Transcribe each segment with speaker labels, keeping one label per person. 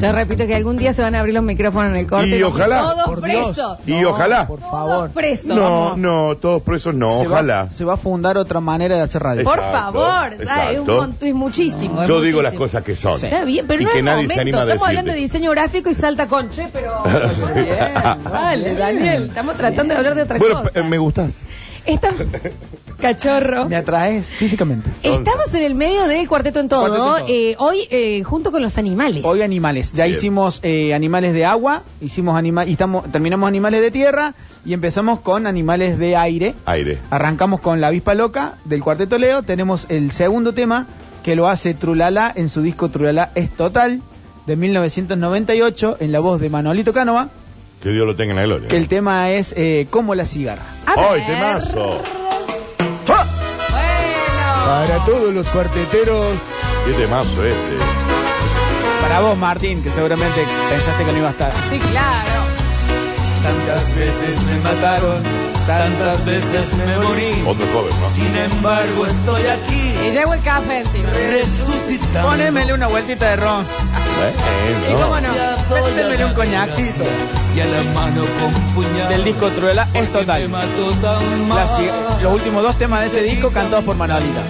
Speaker 1: Yo repito que algún día se van a abrir los micrófonos en el corte.
Speaker 2: Y
Speaker 1: vamos
Speaker 2: ojalá.
Speaker 1: Todos
Speaker 3: Por Dios.
Speaker 1: presos.
Speaker 2: Y ojalá.
Speaker 3: Por
Speaker 1: Todos
Speaker 3: favor.
Speaker 1: presos.
Speaker 2: No, no, todos presos no,
Speaker 3: Se va-
Speaker 2: ojalá.
Speaker 3: se va a fundar otra manera de hacer radio.
Speaker 1: Por
Speaker 2: Exacto,
Speaker 1: favor, ¿sabes? Es, un
Speaker 2: exacto.
Speaker 1: mon- es muchísimo. es
Speaker 2: Yo digo
Speaker 1: muchísimo.
Speaker 2: las cosas que son.
Speaker 1: Está bien, pero
Speaker 2: y
Speaker 1: no
Speaker 2: que
Speaker 1: es
Speaker 2: nadie
Speaker 1: momento.
Speaker 2: se anima a
Speaker 1: Estamos hablando de
Speaker 2: decirte.
Speaker 1: diseño gráfico y salta con che, pero. Muy bien, Vale, Daniel. Estamos tratando de hablar de otra
Speaker 2: Bueno,
Speaker 1: cosa.
Speaker 2: eh, me gustas.
Speaker 1: Estamos... Cachorro.
Speaker 3: Me atraes físicamente.
Speaker 1: Estamos en el medio del cuarteto en todo.
Speaker 3: Cuarteto en todo.
Speaker 1: eh, hoy, eh, junto con los animales.
Speaker 3: Hoy animales. Ya
Speaker 2: Bien.
Speaker 3: hicimos eh, animales de agua, hicimos anima y estamos, terminamos animales de tierra y empezamos con animales de aire.
Speaker 2: Aire.
Speaker 3: Arrancamos con La avispa loca del cuarteto Leo. Tenemos el segundo tema que lo hace Trulala en su disco Trulala es total de 1998 en la voz de Manolito Cánova.
Speaker 2: Que Dios lo tenga en la gloria.
Speaker 3: Que el tema es eh, como la cigarra.
Speaker 1: A
Speaker 2: ¡Ay,
Speaker 1: ver.
Speaker 2: temazo! ¡Ah!
Speaker 1: Bueno.
Speaker 4: Para todos los cuarteteros.
Speaker 2: ¡Qué temazo este!
Speaker 3: Para vos Martín, que seguramente pensaste que no iba a estar.
Speaker 1: Sí, claro.
Speaker 5: Tantas veces me mataron, tantas veces me morí.
Speaker 2: Otro joven, ¿no?
Speaker 5: Sin embargo, estoy aquí,
Speaker 1: Y llegó Eh, el café encima.
Speaker 5: resucitando.
Speaker 3: Ponémele una vueltita de ron.
Speaker 2: Eh, eh,
Speaker 1: ¿Y
Speaker 2: no.
Speaker 1: cómo no?
Speaker 3: Métemele un coñacito.
Speaker 5: Y a la mano con puñal.
Speaker 3: Del disco Truela es
Speaker 5: Me
Speaker 3: total.
Speaker 5: mató tan
Speaker 3: La
Speaker 5: mal.
Speaker 3: ci- los últimos dos temas de ese disco cantados por Manolita.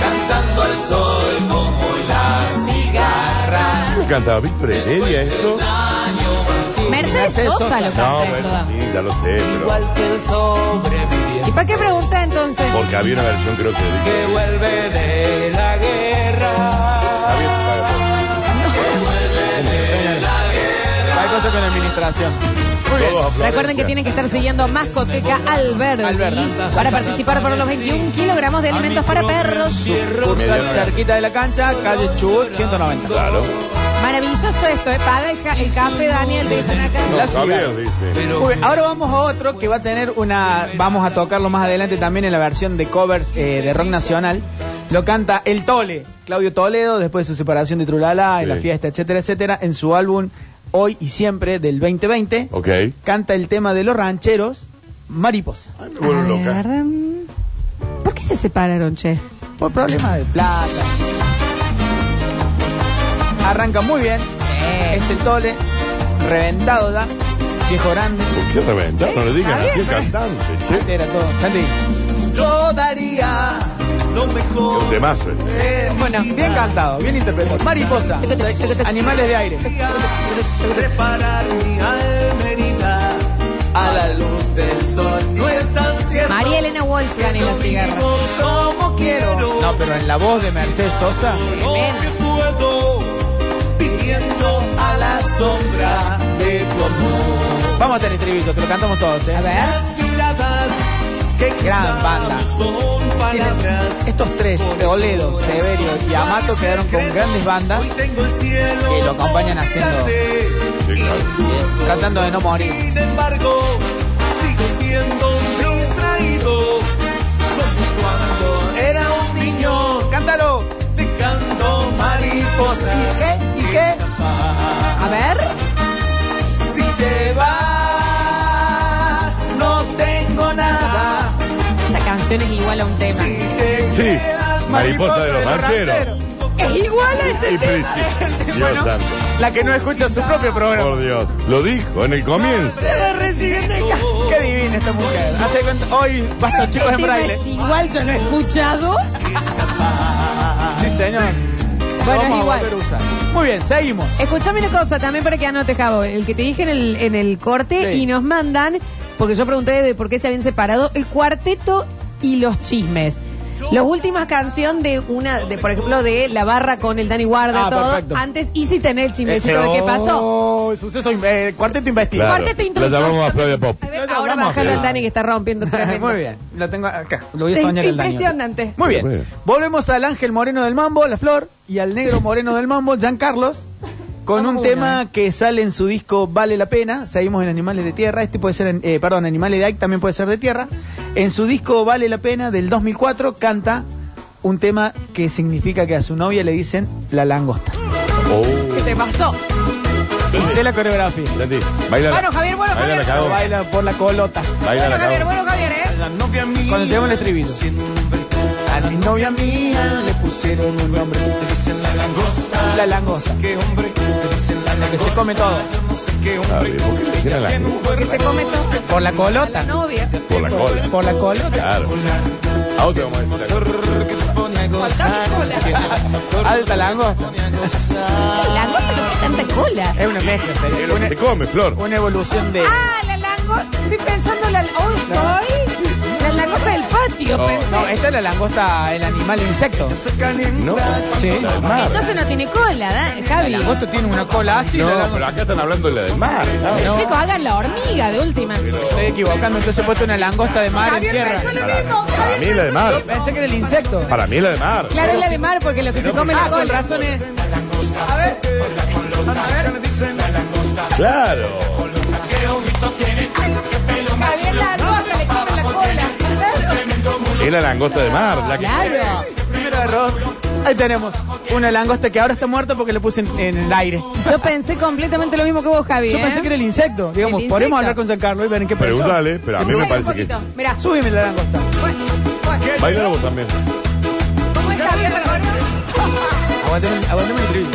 Speaker 5: Cantando al sol como la cigarra.
Speaker 2: ¿Quién cantaba? ¿Víctor Heredia esto?
Speaker 1: Mercedes
Speaker 3: Mercedes
Speaker 1: Sosa
Speaker 3: Sosa.
Speaker 1: lo
Speaker 2: No,
Speaker 1: canta esto.
Speaker 2: bueno, sí, ya lo sé, pero...
Speaker 5: Igual que el
Speaker 1: ¿Y
Speaker 5: sobreviviente
Speaker 1: para qué pregunta entonces?
Speaker 2: Porque había una versión creo que... de Víctor
Speaker 5: que
Speaker 2: Heredia.
Speaker 5: vuelve de la guerra.
Speaker 2: Había-
Speaker 3: Hay cosas con la administración.
Speaker 2: Todos a Florencia.
Speaker 1: Recuerden que tienen que estar siguiendo Mascoteca Alberdi
Speaker 3: Alberdi.
Speaker 1: para participar por los 21 kilogramos de alimentos este para perros.
Speaker 3: Sucursal cerquita de la cancha, calle Chubut 190.
Speaker 2: Claro.
Speaker 1: Maravilloso esto, ¿eh? Paga el, ca- el café, Daniel, dicen acá.
Speaker 2: No,
Speaker 3: La
Speaker 2: Javier,
Speaker 3: ciudad.
Speaker 2: dice.
Speaker 3: Muy
Speaker 5: ah,
Speaker 3: bien, ahora vamos a otro que va a tener una. Vamos a tocarlo más adelante también en la versión de covers eh, de rock nacional. Lo canta El Tole, Claudio Toledo, después de su separación de Trulala, en
Speaker 2: Sí.
Speaker 3: la fiesta, etcétera, etcétera, en su álbum Hoy y Siempre del 2020.
Speaker 2: Ok.
Speaker 3: Canta el tema de los rancheros, Mariposa.
Speaker 2: Ay, me vuelvo
Speaker 1: A
Speaker 2: loca.
Speaker 1: ver, mm, ¿Por qué se separaron, che?
Speaker 3: Por problemas de plata. Arranca muy bien. Este tole, reventado ya, viejo grande.
Speaker 2: ¿Por qué reventar? No le digan
Speaker 1: Está
Speaker 2: así
Speaker 1: bien,
Speaker 2: al cantante, che.
Speaker 3: Era todo. Santi.
Speaker 5: Yo daría lo
Speaker 2: Es un
Speaker 5: mejor.
Speaker 2: temazo este.
Speaker 3: Bueno, bien cantado, bien interpretado. Mariposa, animales de aire.
Speaker 5: Reparar mi almerita a la luz del sol. No es tan cierto.
Speaker 1: María Elena Wolfgang y la cigarra.
Speaker 5: Vivo Como quiero.
Speaker 3: No, pero en la voz de Mercedes Sosa.
Speaker 5: No me puedo viviendo a la sombra de tu amor.
Speaker 3: Vamos a hacer el estribillo, que lo cantamos todos,
Speaker 1: A ver.
Speaker 3: ¿eh?
Speaker 5: Las miradas que
Speaker 3: Gran
Speaker 5: quizá
Speaker 3: banda.
Speaker 5: no son palabras.
Speaker 3: Estos tres, Oledo, Severio y Amato, quedaron con grandes bandas
Speaker 5: Hoy tengo el cielo
Speaker 3: que lo acompañan haciendo-
Speaker 5: grande.
Speaker 2: Sí, claro.
Speaker 3: cantando de no morir.
Speaker 5: Sin embargo, sigo siendo un distraído. Como cuando era un niño
Speaker 3: ¡Cántalo!
Speaker 5: dejando mariposas.
Speaker 3: ¿Y qué? ¿Y qué?
Speaker 1: A ver.
Speaker 5: Si te vas, no tengo nada.
Speaker 1: Esta canción es igual a un tema.
Speaker 5: Si te
Speaker 2: Sí,
Speaker 5: quedas,
Speaker 2: mariposa de los rancheros.
Speaker 1: Es igual a este
Speaker 2: Y
Speaker 1: tema.
Speaker 2: Prissy. Dios
Speaker 3: Bueno,
Speaker 2: santo.
Speaker 3: la que no escucha su propio
Speaker 2: Por
Speaker 3: programa.
Speaker 2: Dios. Lo dijo en el comienzo.
Speaker 3: Qué divina esta mujer. Hace cuenta- hoy basta chicos en
Speaker 1: Este tema
Speaker 3: braille.
Speaker 1: es igual, yo no he escuchado.
Speaker 3: Ah, Sí, señor.
Speaker 1: Bueno, es
Speaker 3: Vamos a
Speaker 1: igual.
Speaker 3: volver a usar. Muy bien, seguimos.
Speaker 1: Escuchame una cosa también para que anote, Javo, el que te dije en el, en el corte
Speaker 3: Sí.
Speaker 1: y nos mandan, porque yo pregunté de por qué se habían separado, el cuarteto y los chismes. La última canción de una, de, por ejemplo, de La Barra con el Dani Guarda,
Speaker 3: Ah,
Speaker 1: todo,
Speaker 3: perfecto.
Speaker 1: antes y si tenés el chismecito de qué pasó.
Speaker 3: Este, Oh, suceso, in- eh, cuarteto investiga.
Speaker 2: Claro.
Speaker 1: Cuarteto
Speaker 2: Lo
Speaker 1: intruso.
Speaker 2: llamamos a Flavia Pop.
Speaker 1: A ver,
Speaker 3: Lo
Speaker 1: ahora
Speaker 3: llamamos,
Speaker 1: bájalo
Speaker 3: claro.
Speaker 1: al Dani que está rompiendo tremendo.
Speaker 3: Muy bien, lo tengo acá. Lo voy a
Speaker 1: Te-
Speaker 3: soñar el daño.
Speaker 1: impresionante.
Speaker 3: Muy
Speaker 2: Muy bien.
Speaker 3: bien. Volvemos al Ángel Moreno del Mambo, La Flor, y al Negro Moreno del Mambo, Jean Carlos, con
Speaker 1: Somos
Speaker 3: un
Speaker 1: uno,
Speaker 3: tema
Speaker 1: eh.
Speaker 3: que sale en su disco Vale la Pena. Seguimos en Animales de Tierra. Este puede ser, en- eh, perdón, Animales de Aire también puede ser de tierra. En su disco Vale la Pena del 2004 canta un tema que significa que a su novia le dicen la langosta.
Speaker 2: Oh.
Speaker 1: ¿Qué te pasó?
Speaker 3: Y sé la coreografía.
Speaker 2: Santi, baila.
Speaker 1: Bueno, Javier, bueno,
Speaker 2: Baila la
Speaker 1: Javier.
Speaker 2: cagó.
Speaker 3: Baila por la colota.
Speaker 2: Baila
Speaker 1: bueno,
Speaker 2: la
Speaker 1: Javier,
Speaker 2: cagó.
Speaker 1: bueno, Javier, ¿eh?
Speaker 5: La novia mía.
Speaker 3: Cuando tenemos el estribillo.
Speaker 5: Siempre
Speaker 3: A mi novia mía le pusieron un nombre.
Speaker 5: dicen la langosta.
Speaker 3: la langosta. La que se come todo.
Speaker 2: A ver, ¿por qué le dicen a la
Speaker 1: Porque se come todo.
Speaker 3: Por la
Speaker 1: A la
Speaker 3: colota.
Speaker 1: novia.
Speaker 2: Por la cola.
Speaker 3: Por la colota.
Speaker 2: Claro. A otro vamos a decir la cola.
Speaker 1: Faltaba cola.
Speaker 3: Alta langosta.
Speaker 1: Langosta no tiene tanta cola.
Speaker 3: Es una mezcla, sería
Speaker 2: Es lo que
Speaker 3: una,
Speaker 2: se come, Flor.
Speaker 3: una evolución de.
Speaker 1: Ah, la langosta. Estoy pensando la. Hoy, hoy. La langosta del patio,
Speaker 2: No,
Speaker 1: pensé.
Speaker 3: No, esta es la langosta, el animal, el insecto.
Speaker 2: No.
Speaker 3: Sí.
Speaker 2: La del mar.
Speaker 1: Entonces no tiene cola, ¿da?
Speaker 3: La
Speaker 1: Javi.
Speaker 3: langosta tiene una cola ácida. la
Speaker 2: No,
Speaker 3: langosta-
Speaker 2: pero acá están hablando de la del mar. ¿no?
Speaker 1: Chicos, hagan la hormiga de última.
Speaker 2: Pero-
Speaker 3: Estoy equivocando, entonces he puesto una langosta de mar en
Speaker 1: Javier
Speaker 3: tierra. Ah,
Speaker 1: pensó lo
Speaker 2: Para,
Speaker 1: mismo.
Speaker 2: para
Speaker 1: Javier.
Speaker 2: mí es la de mar.
Speaker 3: Pensé que era el insecto.
Speaker 2: Para mí es la de mar.
Speaker 1: Claro, es la de mar porque lo que se come es
Speaker 3: Ah,
Speaker 1: la
Speaker 3: con
Speaker 1: cola.
Speaker 3: razón es.
Speaker 1: A ver. A ver.
Speaker 2: Claro.
Speaker 1: Javier langosta le come la cola. Claro.
Speaker 2: Es la langosta de mar. La que...
Speaker 1: Claro.
Speaker 3: Primero arroz. Ahí tenemos una langosta que ahora está muerta porque le puse en, en el aire.
Speaker 1: Yo pensé completamente lo mismo que vos, ¿eh? Javier.
Speaker 3: Yo pensé que era el insecto. Digamos,
Speaker 1: El insecto.
Speaker 3: podemos hablar con Giancarlo y ver en qué pensó.
Speaker 2: Preguntale, pero a mí me
Speaker 1: Súbele
Speaker 2: parece
Speaker 1: un
Speaker 2: que.
Speaker 1: poquito. Mirá.
Speaker 3: Súbeme la langosta.
Speaker 1: Bueno, bueno.
Speaker 2: Bailalo vos también.
Speaker 1: ¿Cómo es Javier la corona?
Speaker 3: Aguantame, aguantame el drill.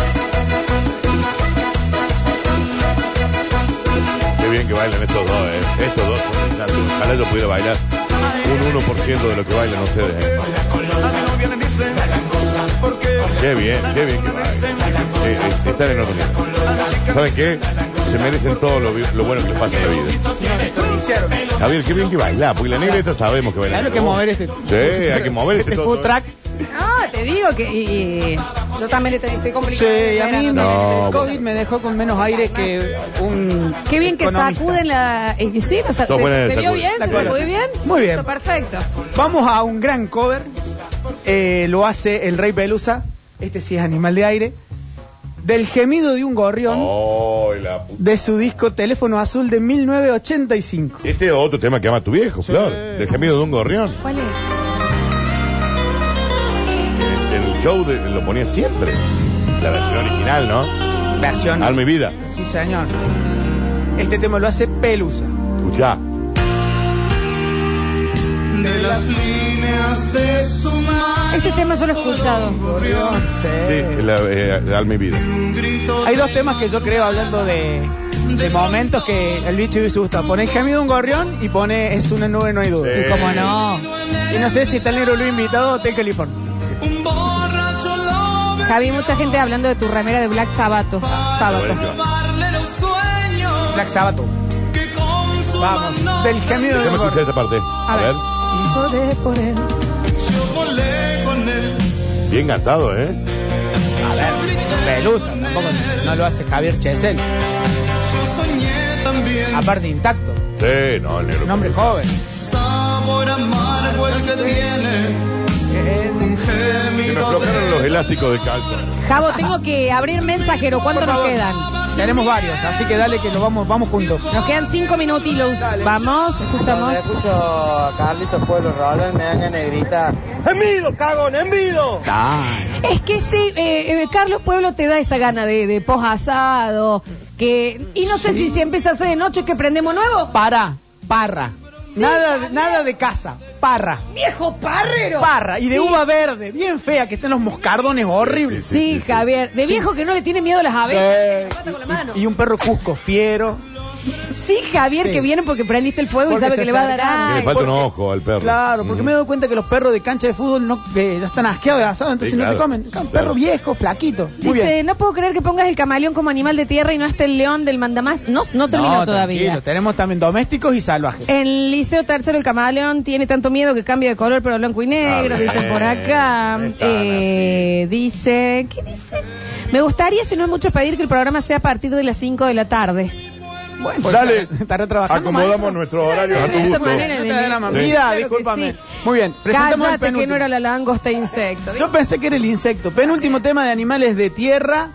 Speaker 2: Qué bien que bailan estos dos, ¿eh? Estos dos son tanto. Ojalá yo pudiera bailar un 1% de lo que bailan ustedes. ¿eh? Qué bien, qué bien que bailan. Eh, eh, están en otro nivel. ¿Saben qué? Se merecen todo lo, vi- lo bueno que les pasa en la vida.
Speaker 3: Hicieron.
Speaker 2: Javier, qué bien que baila, porque la negra esta sabemos que baila.
Speaker 3: Claro que mover este.
Speaker 2: Sí, hay que mover este
Speaker 3: Este
Speaker 2: todo.
Speaker 3: food track.
Speaker 1: No, te digo que. y- y- yo también le estoy
Speaker 3: Sí,
Speaker 1: complicado.
Speaker 3: a mí
Speaker 2: No,
Speaker 3: el COVID me dejó con menos aire que un.
Speaker 1: Qué bien que
Speaker 3: economista.
Speaker 1: sacuden la. eh, Sí, o sea,
Speaker 2: Sos buena
Speaker 1: se,
Speaker 2: de
Speaker 1: se vio
Speaker 2: sacudir.
Speaker 1: bien,
Speaker 3: De
Speaker 1: se
Speaker 3: acuerdo.
Speaker 1: sacudió bien.
Speaker 3: Muy bien.
Speaker 1: Está perfecto.
Speaker 3: Vamos a un gran cover. Eh, lo hace el Rey Pelusa. Este sí es animal de aire. Del gemido de un gorrión.
Speaker 2: Oh. Ay, la puta.
Speaker 3: De su disco Teléfono Azul de 1985.
Speaker 2: Este es otro tema que ama tu viejo, Flor. Del gemido de un gorrión.
Speaker 1: ¿Cuál es?
Speaker 2: El, el show de- lo ponía siempre. La versión original, ¿no?
Speaker 3: Versión.
Speaker 2: Alma mi vida.
Speaker 3: Sí, señor. Este tema lo hace Pelusa.
Speaker 2: Escuchá.
Speaker 5: De las líneas de su mar,
Speaker 1: Este tema yo lo he escuchado.
Speaker 3: Gorrión, sí.
Speaker 2: Sí, la, eh, Alma mi vida.
Speaker 5: un grito
Speaker 3: Hay dos temas que yo creo hablando de, de momentos que el bicho hubiese gustado. Pone el gemido de un gorrión y pone Es una nube, no hay duda.
Speaker 2: Sí.
Speaker 3: Y como no. Y no sé si está el negro Luis invitado o Hotel California.
Speaker 5: un borracho lobe
Speaker 1: Javi, mucha gente hablando de tu remera de Black Sabato. Sábato.
Speaker 5: darle los sueños
Speaker 3: Black Sabbath.
Speaker 5: que con su
Speaker 3: Vamos. Del gemido de
Speaker 2: Déjame
Speaker 3: un
Speaker 2: escuchar
Speaker 3: gorrión.
Speaker 2: esta parte. A ver.
Speaker 1: Lloré por él.
Speaker 5: yo volé con él.
Speaker 2: Bien cantado, ¿eh?
Speaker 3: A ver. Pelusa. Tampoco, no lo hace Javier Chesel.
Speaker 5: Yo soñé también.
Speaker 3: Aparte intacto.
Speaker 2: Sí, no, el negro.
Speaker 3: Un hombre joven.
Speaker 5: Sabor amargo el que tiene. Un
Speaker 2: Se me
Speaker 5: gemido
Speaker 2: aflojaron los elásticos de calza.
Speaker 1: Javo, tengo que abrir mensajero. ¿Cuánto nos quedan?
Speaker 3: Tenemos varios, así que dale que lo vamos, vamos juntos.
Speaker 1: Nos quedan cinco minutitos. Vamos, escuchamos.
Speaker 6: escucho a Carlitos Pueblo Rolón, me dan ganas de gritar. ¡Envido, cagón, envido!
Speaker 1: Es que sí, eh, eh, Carlos Pueblo te da esa gana de, de pos asado. Que, y no sé si se empieza a hacer de noche que prendemos nuevo.
Speaker 3: Para, parra. nada, de, nada de casa, parra.
Speaker 1: ¡Viejo parrero!
Speaker 3: Parra, y de
Speaker 1: Sí.
Speaker 3: uva verde, bien fea, que están los moscardones horribles.
Speaker 1: Sí, Javier. De viejo que no le tiene miedo a las abejas. que mata con la mano.
Speaker 3: Y un perro cusco fiero.
Speaker 1: Sí, Javier,
Speaker 3: Sí.
Speaker 1: que viene porque prendiste el fuego
Speaker 3: Porque
Speaker 1: y sabe
Speaker 3: se
Speaker 1: que le va a dar
Speaker 3: acercaron.
Speaker 2: Que le
Speaker 1: algo.
Speaker 2: falta un
Speaker 3: porque-
Speaker 2: ojo al perro. Mm.
Speaker 3: Claro, porque me he dado cuenta que los perros de cancha de fútbol no, eh, ya están asqueados de asado, entonces
Speaker 2: Sí,
Speaker 3: no
Speaker 2: claro.
Speaker 3: te comen. Acá Un
Speaker 2: Claro.
Speaker 3: perro viejo, flaquito. Muy
Speaker 1: Dice,
Speaker 3: bien.
Speaker 1: no puedo creer que pongas el camaleón como animal de tierra y no esté el león del mandamás. No, no terminó
Speaker 3: No,
Speaker 1: todavía.
Speaker 3: tranquilo, Tenemos también domésticos y salvajes.
Speaker 1: El Liceo Tercero, el camaleón tiene tanto miedo que cambia de color, pero blanco y negro,
Speaker 2: A ver,
Speaker 1: dicen por acá.
Speaker 2: están
Speaker 1: Eh, dice, ¿qué dice? Me gustaría, si no es mucho pedir, que el programa sea a partir de las 5 de la tarde.
Speaker 3: Bueno, pues,
Speaker 2: Dale.
Speaker 3: Está retrabajando.
Speaker 2: Acomodamos
Speaker 3: maestro.
Speaker 2: nuestro horario a tu
Speaker 1: De esta
Speaker 2: gusto.
Speaker 1: manera,
Speaker 3: No te
Speaker 1: de-
Speaker 3: da la mamida,
Speaker 1: Claro que
Speaker 3: discúlpame.
Speaker 1: sí.
Speaker 3: Muy bien, presentamos el
Speaker 1: Cállate que no
Speaker 3: penúltimo.
Speaker 1: era la langosta insecto.
Speaker 3: Yo pensé que era el insecto. Penúltimo tema de animales de tierra.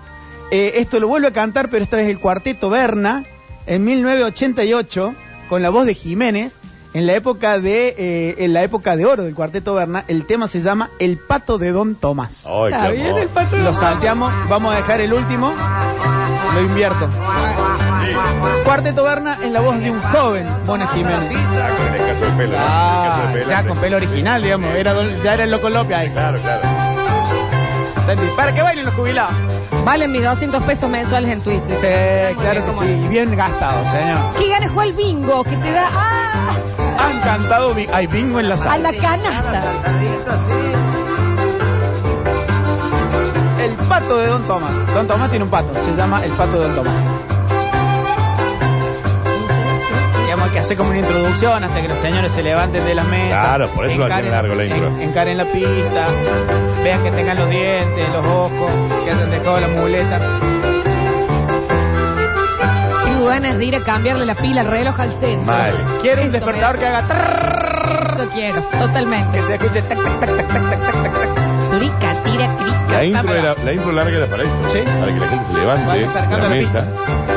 Speaker 3: Eh, esto lo vuelvo a cantar, pero esta vez el cuarteto Berna, en 1988, con la voz de Jiménez, en la época de, eh, en la época de oro del cuarteto Berna. El tema se llama El pato de Don Tomás.
Speaker 2: Ay,
Speaker 1: Está
Speaker 2: qué
Speaker 1: bien
Speaker 2: amor.
Speaker 1: el pato de
Speaker 3: Lo
Speaker 1: Don
Speaker 3: salteamos, vamos a dejar el último. Lo invierto. Cuarteto Berna en la voz de un joven, Bona Jiménez.
Speaker 2: Ya con el escaso de pelo. ¿no?
Speaker 3: Ah,
Speaker 2: El escaso de
Speaker 3: ya con pelo original, digamos. Era, don- ya era el Loco López ahí.
Speaker 2: Claro, claro.
Speaker 3: Sandy. Para que bailen los jubilados.
Speaker 1: Valen mis 200 pesos mensuales en Twitch.
Speaker 3: Sí, Eh, claro que sí. Y bien gastado, señor.
Speaker 1: Que gane juega el bingo, que te da ah,
Speaker 3: Han cantado. bi- Hay bingo en la
Speaker 1: a
Speaker 3: sala.
Speaker 1: la canasta.
Speaker 3: El pato de Don Tomás. Don Tomás tiene un pato. Se llama el pato de Don Tomás. Digamos que hace como una introducción hasta que los señores se levanten de las mesas.
Speaker 2: Claro, por eso lo hacían
Speaker 3: Encaren-
Speaker 2: largo la intro.
Speaker 3: en- encaren la pista. Vean que tengan los dientes, los ojos, que hayan dejado la muleta.
Speaker 1: Tengo ganas de ir a cambiarle la pila al reloj al centro.
Speaker 2: Mal.
Speaker 3: Quiero un
Speaker 1: Eso me
Speaker 3: despertador
Speaker 1: da-
Speaker 3: que haga trrr,
Speaker 1: Eso quiero, totalmente.
Speaker 3: que se escuche tac, tac, tac, tac, tac, tac, tac, tac.
Speaker 1: Zurica, tira, crica.
Speaker 2: La intro,
Speaker 1: cámara.
Speaker 2: era, la intro larga era para eso.
Speaker 3: Sí.
Speaker 2: Para que la gente se
Speaker 3: Vale,
Speaker 2: levante de
Speaker 3: acercando
Speaker 2: la
Speaker 3: la
Speaker 2: mesa. Y se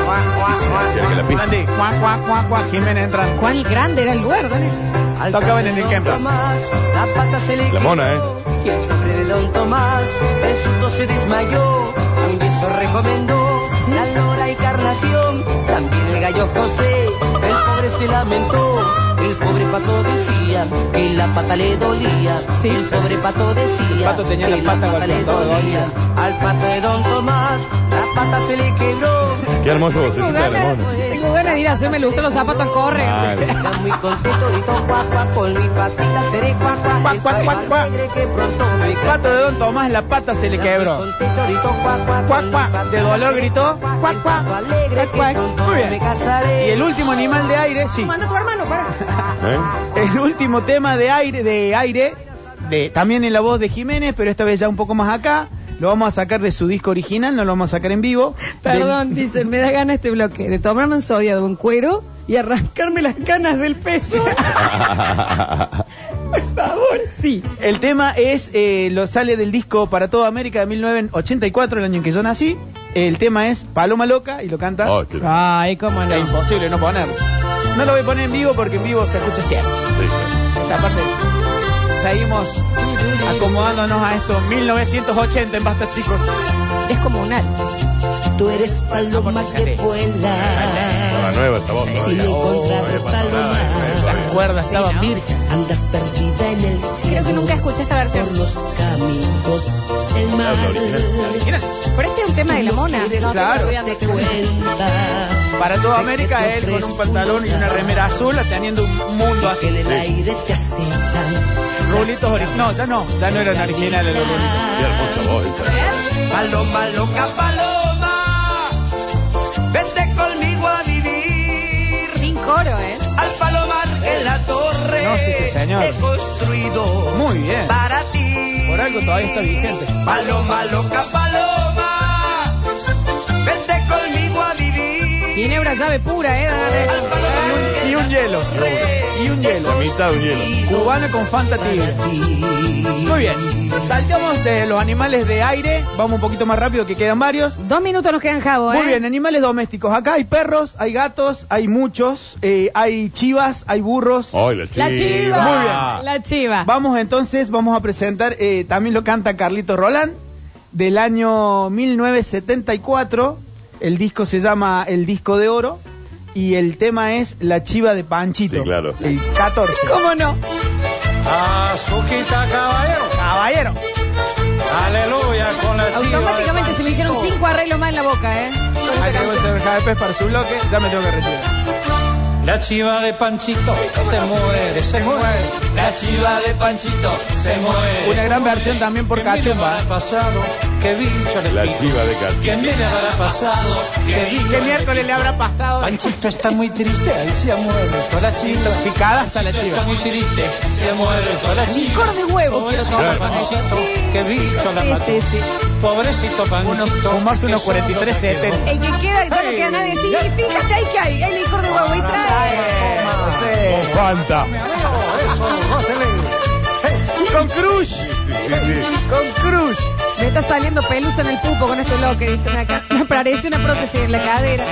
Speaker 2: y haga la pista.
Speaker 3: Sandy, cuá, cuá, cuá, cuá. Jiménez entra.
Speaker 1: Juan el Grande era el lugar, ¿no?
Speaker 3: Tocaban en el Kempla.
Speaker 5: La pata se le
Speaker 2: La mona, ¿eh?
Speaker 5: quitó, Y el pobre de Don Tomás en susto se desmayó. Aunque eso recomendó la lora y carnación. También el gallo José, el pobre se lamentó. El pobre pato decía que la pata le dolía.
Speaker 1: Sí.
Speaker 5: El pobre pato decía
Speaker 3: El pato tenía la
Speaker 5: que
Speaker 3: pata golpeada,
Speaker 5: Al pato de Don Tomás la pata se le quebró.
Speaker 2: Qué hermoso vocecita de la
Speaker 5: ganas,
Speaker 2: mona.
Speaker 1: Tengo ganas de ir a hacerme el gusto los zapatos corre.
Speaker 2: Mal.
Speaker 5: Está muy contento y con guac, guac, con mi patita seré guac,
Speaker 3: Guac,
Speaker 5: guac,
Speaker 3: guac,
Speaker 5: estaré
Speaker 3: guac, guac.
Speaker 5: alegre que pronto me
Speaker 3: El pato de Don Tomás, la pata se le quebró. Cuac, cuac. Ah. De dolor gritó. Cuac, cuac.
Speaker 5: Alegre que
Speaker 1: Cuac, cuac.
Speaker 5: pronto
Speaker 3: Muy bien.
Speaker 5: me casaré.
Speaker 3: Y el último animal de aire, sí.
Speaker 1: Manda a tu hermano, para.
Speaker 2: ¿Eh?
Speaker 3: El último tema de aire, de aire, de, también en la voz de Jiménez, pero esta vez ya un poco más acá. Lo vamos a sacar de su disco original, no lo vamos a sacar en vivo.
Speaker 1: Perdón, dice, me da ganas este bloque de tomarme un sodio de un cuero y arrancarme las canas del peso.
Speaker 2: ¿Eh?
Speaker 1: Por favor. Sí.
Speaker 3: Del- el tema es, eh, lo sale del disco Para Toda América de 1984, el año en que son así. El tema es Paloma Loca y lo canta.
Speaker 2: Oh, qué-
Speaker 1: Ay, cómo no.
Speaker 3: Es imposible no ponerlo. No lo voy a poner en vivo porque en vivo se escucha siempre.
Speaker 2: sí.
Speaker 3: Esa parte. Seguimos
Speaker 2: Ah,
Speaker 3: acomodándonos a esto. 1980 en Basta, chicos.
Speaker 1: Descomunal.
Speaker 7: Tú eres paloma que
Speaker 2: Estaba
Speaker 7: vuela.
Speaker 2: nueva esta voz.
Speaker 7: Sí,
Speaker 2: todavía.
Speaker 7: le he
Speaker 2: No
Speaker 7: encontrado
Speaker 2: había pasado nada. eh,
Speaker 7: paloma.
Speaker 2: todavía.
Speaker 3: Cuerda estaba
Speaker 1: Sí, ¿no?
Speaker 3: virgen.
Speaker 7: Andas perdida en el cielo.
Speaker 1: Creo que nunca escuché esta versión.
Speaker 7: Por los caminos del mar.
Speaker 2: la original, la
Speaker 3: Mira,
Speaker 1: Pero este es un tema de la mona. No,
Speaker 3: Claro.
Speaker 1: estoy rodeando.
Speaker 7: Te cuenta
Speaker 3: Para toda América, él con un pantalón y una remera azul, teniendo un mundo
Speaker 7: que en
Speaker 3: así.
Speaker 7: el aire te acechan.
Speaker 3: Rulitos originales. No, ya no, ya no eran originales los rulitos.
Speaker 2: Qué hermosa voz esa.
Speaker 5: Paloma, loca paloma, vente conmigo a vivir.
Speaker 1: Sin coro, ¿eh?
Speaker 5: Al palomar en la torre
Speaker 3: No, sí, sí, señor.
Speaker 5: he construido
Speaker 3: Muy bien.
Speaker 5: para ti.
Speaker 3: Por algo todavía está vigente.
Speaker 5: Paloma, loca paloma, vente conmigo a vivir.
Speaker 1: Ginebra llave pura, ¿eh?
Speaker 5: Al
Speaker 1: Dale.
Speaker 5: palomar en
Speaker 3: Y un
Speaker 5: la
Speaker 3: hielo.
Speaker 5: torre
Speaker 3: Y un
Speaker 2: La
Speaker 3: hielo.
Speaker 2: mitad de un hielo.
Speaker 3: Cubana con Fanta Tibia. Muy bien. Saltamos de los animales de aire. Vamos un poquito más rápido que quedan varios.
Speaker 1: Dos minutos nos quedan, Javo, ¿eh?
Speaker 3: Muy bien, animales domésticos. Acá hay perros, hay gatos, hay muchos, eh, hay chivas, hay burros.
Speaker 2: Ay, la chiva.
Speaker 1: La chiva.
Speaker 3: Muy bien.
Speaker 1: La chiva.
Speaker 3: Vamos entonces, vamos a presentar, eh, también lo canta Carlito Roland, del año 1974. El disco se llama El Disco de Oro y el tema es La Chiva de Panchito.
Speaker 2: Sí, claro.
Speaker 3: El 14.
Speaker 1: ¿Cómo no?
Speaker 4: A su quita, Ah, caballero.
Speaker 3: Caballero.
Speaker 4: Aleluya con la chiva
Speaker 1: Automáticamente
Speaker 4: de
Speaker 1: se me hicieron
Speaker 4: Panchito.
Speaker 1: cinco arreglos más en la boca, ¿eh? Con esta
Speaker 3: Ahí tengo
Speaker 1: canción.
Speaker 3: el JP para su bloque, ya me tengo que retirar.
Speaker 4: La chiva de Panchito se muere, se muere. La chiva de Panchito se muere.
Speaker 3: Una gran versión también por
Speaker 4: Cacho
Speaker 3: Cachumba.
Speaker 4: pasado, qué bicho le
Speaker 2: La
Speaker 4: pico.
Speaker 2: chiva de Cachimba.
Speaker 4: Que mire habrá pasado, que bicho le
Speaker 3: le habrá pasado?
Speaker 4: Panchito está muy triste, ahí se ha muerto la chiva.
Speaker 3: Picada hasta la
Speaker 4: Está
Speaker 3: chiva.
Speaker 4: muy triste, se ha muerto la chiva.
Speaker 1: Licor de huevo quiero tomar con eso.
Speaker 4: Panchito, qué bicho la mató.
Speaker 1: Sí, sí, sí.
Speaker 4: Pobrecito Panchito.
Speaker 3: tomarse unos
Speaker 4: que solo
Speaker 3: 43
Speaker 4: se quedó.
Speaker 2: este.
Speaker 3: setenta.
Speaker 1: El que queda, ya no queda nadie. Sí, fíjate ahí que hay. Hay licor de huevo y trae.
Speaker 2: Con Oh, Fanta.
Speaker 3: Con Cruz. Con Cruz.
Speaker 1: Me está saliendo pelusa en el pupo con este loco que dicen acá. Me parece una prótesis en la cadera.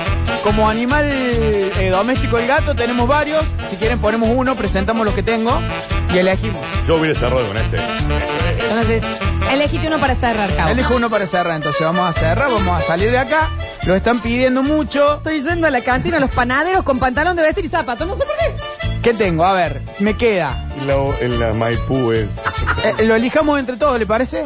Speaker 3: Como animal eh, doméstico el gato tenemos varios. Si quieren ponemos uno, presentamos los que tengo y elegimos.
Speaker 2: Yo hubiera cerrado con este.
Speaker 1: Entonces, elegite uno para cerrar, cabo.
Speaker 3: Elijo uno para cerrar, entonces vamos a cerrar, vamos a salir de acá. Lo están pidiendo mucho.
Speaker 1: Estoy yendo a la cantina de los panaderos con pantalón de vestir y zapatos. No sé por qué.
Speaker 3: ¿Qué tengo? A ver, me queda
Speaker 2: La, en la Maipú es.
Speaker 3: Eh, lo elijamos entre todos, ¿le parece?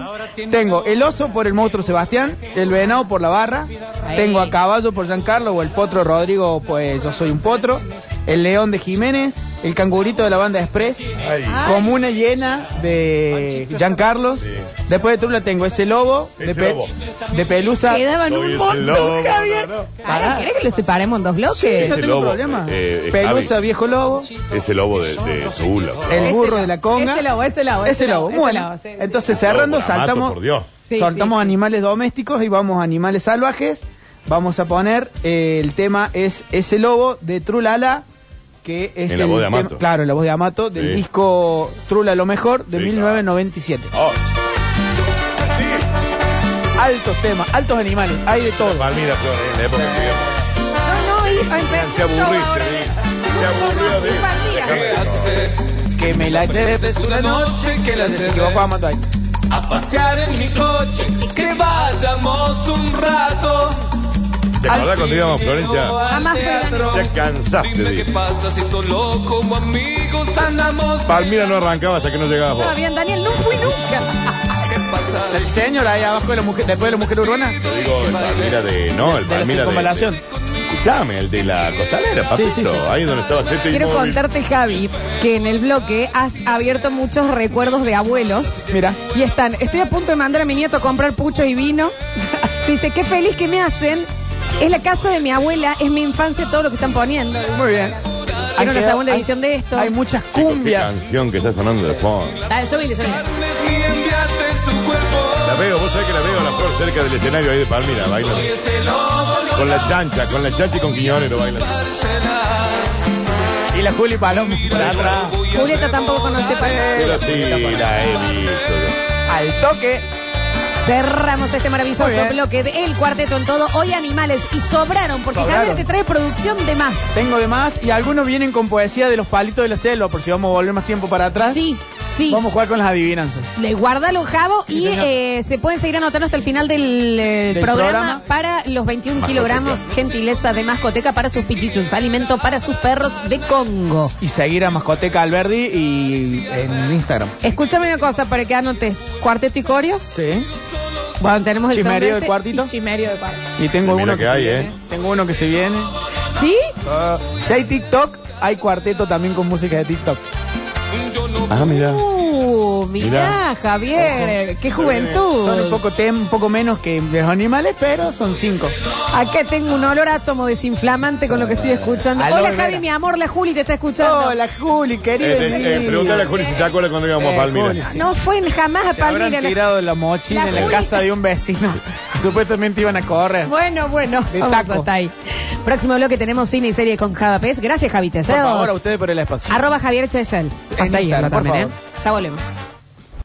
Speaker 3: Tengo el oso por el monstruo Sebastián, el venado por la barra,
Speaker 1: Ahí.
Speaker 3: tengo a caballo por Giancarlo o el potro Rodrigo, pues yo soy un potro, el león de Jiménez, el cangurito de la banda Express,
Speaker 2: Ay.
Speaker 1: Ay.
Speaker 3: como una llena de Giancarlos.
Speaker 2: Sí.
Speaker 3: Después de Trula tengo ese lobo, de,
Speaker 2: Ese
Speaker 3: pe-
Speaker 2: lobo.
Speaker 3: de pelusa.
Speaker 1: Quedaban
Speaker 2: Soy
Speaker 1: un
Speaker 2: ese
Speaker 1: montón,
Speaker 2: lobo,
Speaker 1: Javier.
Speaker 2: no, no.
Speaker 1: Ahora, ¿querés que lo separemos en dos bloques?
Speaker 3: Yo
Speaker 2: Ese
Speaker 3: tengo un
Speaker 2: lobo,
Speaker 3: problema.
Speaker 2: eh, eh,
Speaker 3: pelusa,
Speaker 2: Javi.
Speaker 3: viejo lobo.
Speaker 2: Ese lobo de, de Zula.
Speaker 3: El
Speaker 1: Ese
Speaker 3: burro
Speaker 1: lobo,
Speaker 3: de la conga.
Speaker 1: ese lobo, ese lobo,
Speaker 3: Ese
Speaker 1: ese
Speaker 3: lobo.
Speaker 1: lobo, ese
Speaker 3: Bueno,
Speaker 1: lobo, sí, sí.
Speaker 3: entonces cerrando,
Speaker 2: Lobo, Amato,
Speaker 3: saltamos,
Speaker 2: por Dios.
Speaker 1: Sí,
Speaker 3: saltamos
Speaker 1: sí, sí.
Speaker 3: animales domésticos y vamos a animales salvajes. Vamos a poner, eh, el tema es ese lobo de Trulala, que es
Speaker 2: En la
Speaker 3: el
Speaker 2: voz de
Speaker 3: tema-
Speaker 2: Amato.
Speaker 3: claro, en la voz de Amato, del
Speaker 2: Sí.
Speaker 3: disco Trula lo mejor de
Speaker 2: Sí, claro.
Speaker 3: 1997.
Speaker 2: Oh,
Speaker 3: Altos temas, altos animales, hay de todo.
Speaker 2: Palmira, ¿eh? Flor, en la época que vivíamos.
Speaker 1: No, no, iba a
Speaker 2: Te
Speaker 1: empezar yo
Speaker 2: aburriste,
Speaker 1: ahora.
Speaker 2: Di. Te aburrió, Di. Déjame.
Speaker 3: Que me la lleves una noche que la Se equivocó Amato ahí.
Speaker 4: A pasear en mi coche, que vayamos un rato.
Speaker 2: ¿Te acordás cuando íbamos a Florencia?
Speaker 1: Jamás fue el
Speaker 4: teatro.
Speaker 2: Ya cansaste,
Speaker 4: Dime qué
Speaker 2: Di.
Speaker 4: pasa si solo como amigos andamos.
Speaker 2: Palmira no arrancaba hasta que no llegabas vos.
Speaker 1: No, bien, Daniel, no fui nunca.
Speaker 4: ¿Qué pasa?
Speaker 3: El señor ahí abajo de la mujer, después de la mujer urbana.
Speaker 2: Te digo, el Palmira de. No, el
Speaker 3: De la
Speaker 2: Palmira de.
Speaker 3: circunvalación.
Speaker 2: de- Escuchame, el de la costanera, papito.
Speaker 3: Sí, sí, sí.
Speaker 2: Ahí donde estaba Cepi
Speaker 1: Quiero
Speaker 2: Inmóvil.
Speaker 1: contarte, Javi, que en el bloque has abierto muchos recuerdos de abuelos.
Speaker 3: Mira.
Speaker 1: Y están, estoy a punto de mandar a mi nieto a comprar pucho y vino. Dice, qué feliz que me hacen. Es la casa de mi abuela, es mi infancia, todo lo que están poniendo.
Speaker 3: Muy bien.
Speaker 1: Quiero
Speaker 3: Hay
Speaker 1: la
Speaker 3: que-
Speaker 1: segunda
Speaker 3: hay-
Speaker 1: edición de esto.
Speaker 3: Hay muchas
Speaker 2: Chicos, qué
Speaker 3: cumbias.
Speaker 2: canción que está sonando de fondo.
Speaker 1: Dale, subile, subile.
Speaker 4: Ni enviaste tu cuerpo.
Speaker 2: La veo, vos sabés que la veo a la flor cerca del escenario ahí de Palmira, bailando. Con la chancha, con la chancha y con Quiñonero bailando.
Speaker 3: Y la Juli Paloma por atrás.
Speaker 1: Julieta tampoco conoce para
Speaker 2: Pero sí, la he visto. yo.
Speaker 3: Al toque.
Speaker 1: Cerramos este maravilloso
Speaker 3: Muy bien.
Speaker 1: bloque de El Cuarteto en todo. Hoy animales y sobraron porque
Speaker 3: Sobraron.
Speaker 1: Javier te trae producción de más.
Speaker 3: Tengo de más. Y algunos vienen con poesía de los palitos de la selva. Por si vamos a volver más tiempo para atrás.
Speaker 1: Sí, sí.
Speaker 3: Vamos a jugar con las adivinanzas.
Speaker 1: Le guardalo, Javo, y
Speaker 3: Sí, señor.
Speaker 1: eh, se pueden seguir anotando hasta el final del, eh,
Speaker 3: Del
Speaker 1: programa,
Speaker 3: programa.
Speaker 1: para los 21 kilogramos gentileza de mascoteca para sus pichichus, alimento para sus perros de Congo.
Speaker 3: Y seguir a Mascoteca Alberdi y en Instagram.
Speaker 1: Escúchame una cosa para que anotes. ¿Cuarteto y corios?
Speaker 3: Sí.
Speaker 1: Bueno, tenemos el
Speaker 3: Chimerio
Speaker 1: sondete
Speaker 3: del cuartito.
Speaker 1: y chimerio del cuartito.
Speaker 3: Y tengo
Speaker 2: Mira
Speaker 3: uno
Speaker 2: que
Speaker 3: que, se
Speaker 2: hay,
Speaker 3: viene.
Speaker 2: ¿eh?
Speaker 3: Tengo uno que se viene.
Speaker 1: ¿Sí?
Speaker 3: Ah, si hay TikTok, hay cuarteto también con música de TikTok.
Speaker 2: Ah, mira.
Speaker 1: Uh, mirá,
Speaker 2: Mirá.
Speaker 1: Javier, qué juventud.
Speaker 3: Son un poco, tem- un poco menos que los animales, pero son cinco.
Speaker 1: Acá tengo un olor átomo desinflamante con lo que estoy escuchando.
Speaker 3: Aloe
Speaker 1: Hola
Speaker 3: vera.
Speaker 1: Javi, mi amor, la Juli te está escuchando.
Speaker 3: Hola, Juli, querida.
Speaker 2: Eh, eh, pregúntale a Juli si se acuerda cuando íbamos
Speaker 3: Eh,
Speaker 2: a
Speaker 3: Juli,
Speaker 2: Palmira.
Speaker 3: sí.
Speaker 1: No fue jamás a
Speaker 3: Se habrán
Speaker 1: Palmira. la-
Speaker 3: tirado la mochila
Speaker 1: La
Speaker 3: en la
Speaker 1: Juli-
Speaker 3: casa de un vecino. Supuestamente iban a correr.
Speaker 1: Bueno, bueno,
Speaker 3: De
Speaker 1: vamos
Speaker 3: taco.
Speaker 1: hasta ahí. Próximo bloque tenemos cine y serie con Java Pez. Gracias, Javi
Speaker 3: Por favor, a
Speaker 1: Chesel.
Speaker 3: ustedes por el espacio.
Speaker 1: Arroba Javier Chesel. Pasa ahí,
Speaker 3: Instagram,
Speaker 1: también,
Speaker 3: por
Speaker 1: ¿eh? Ya volvemos.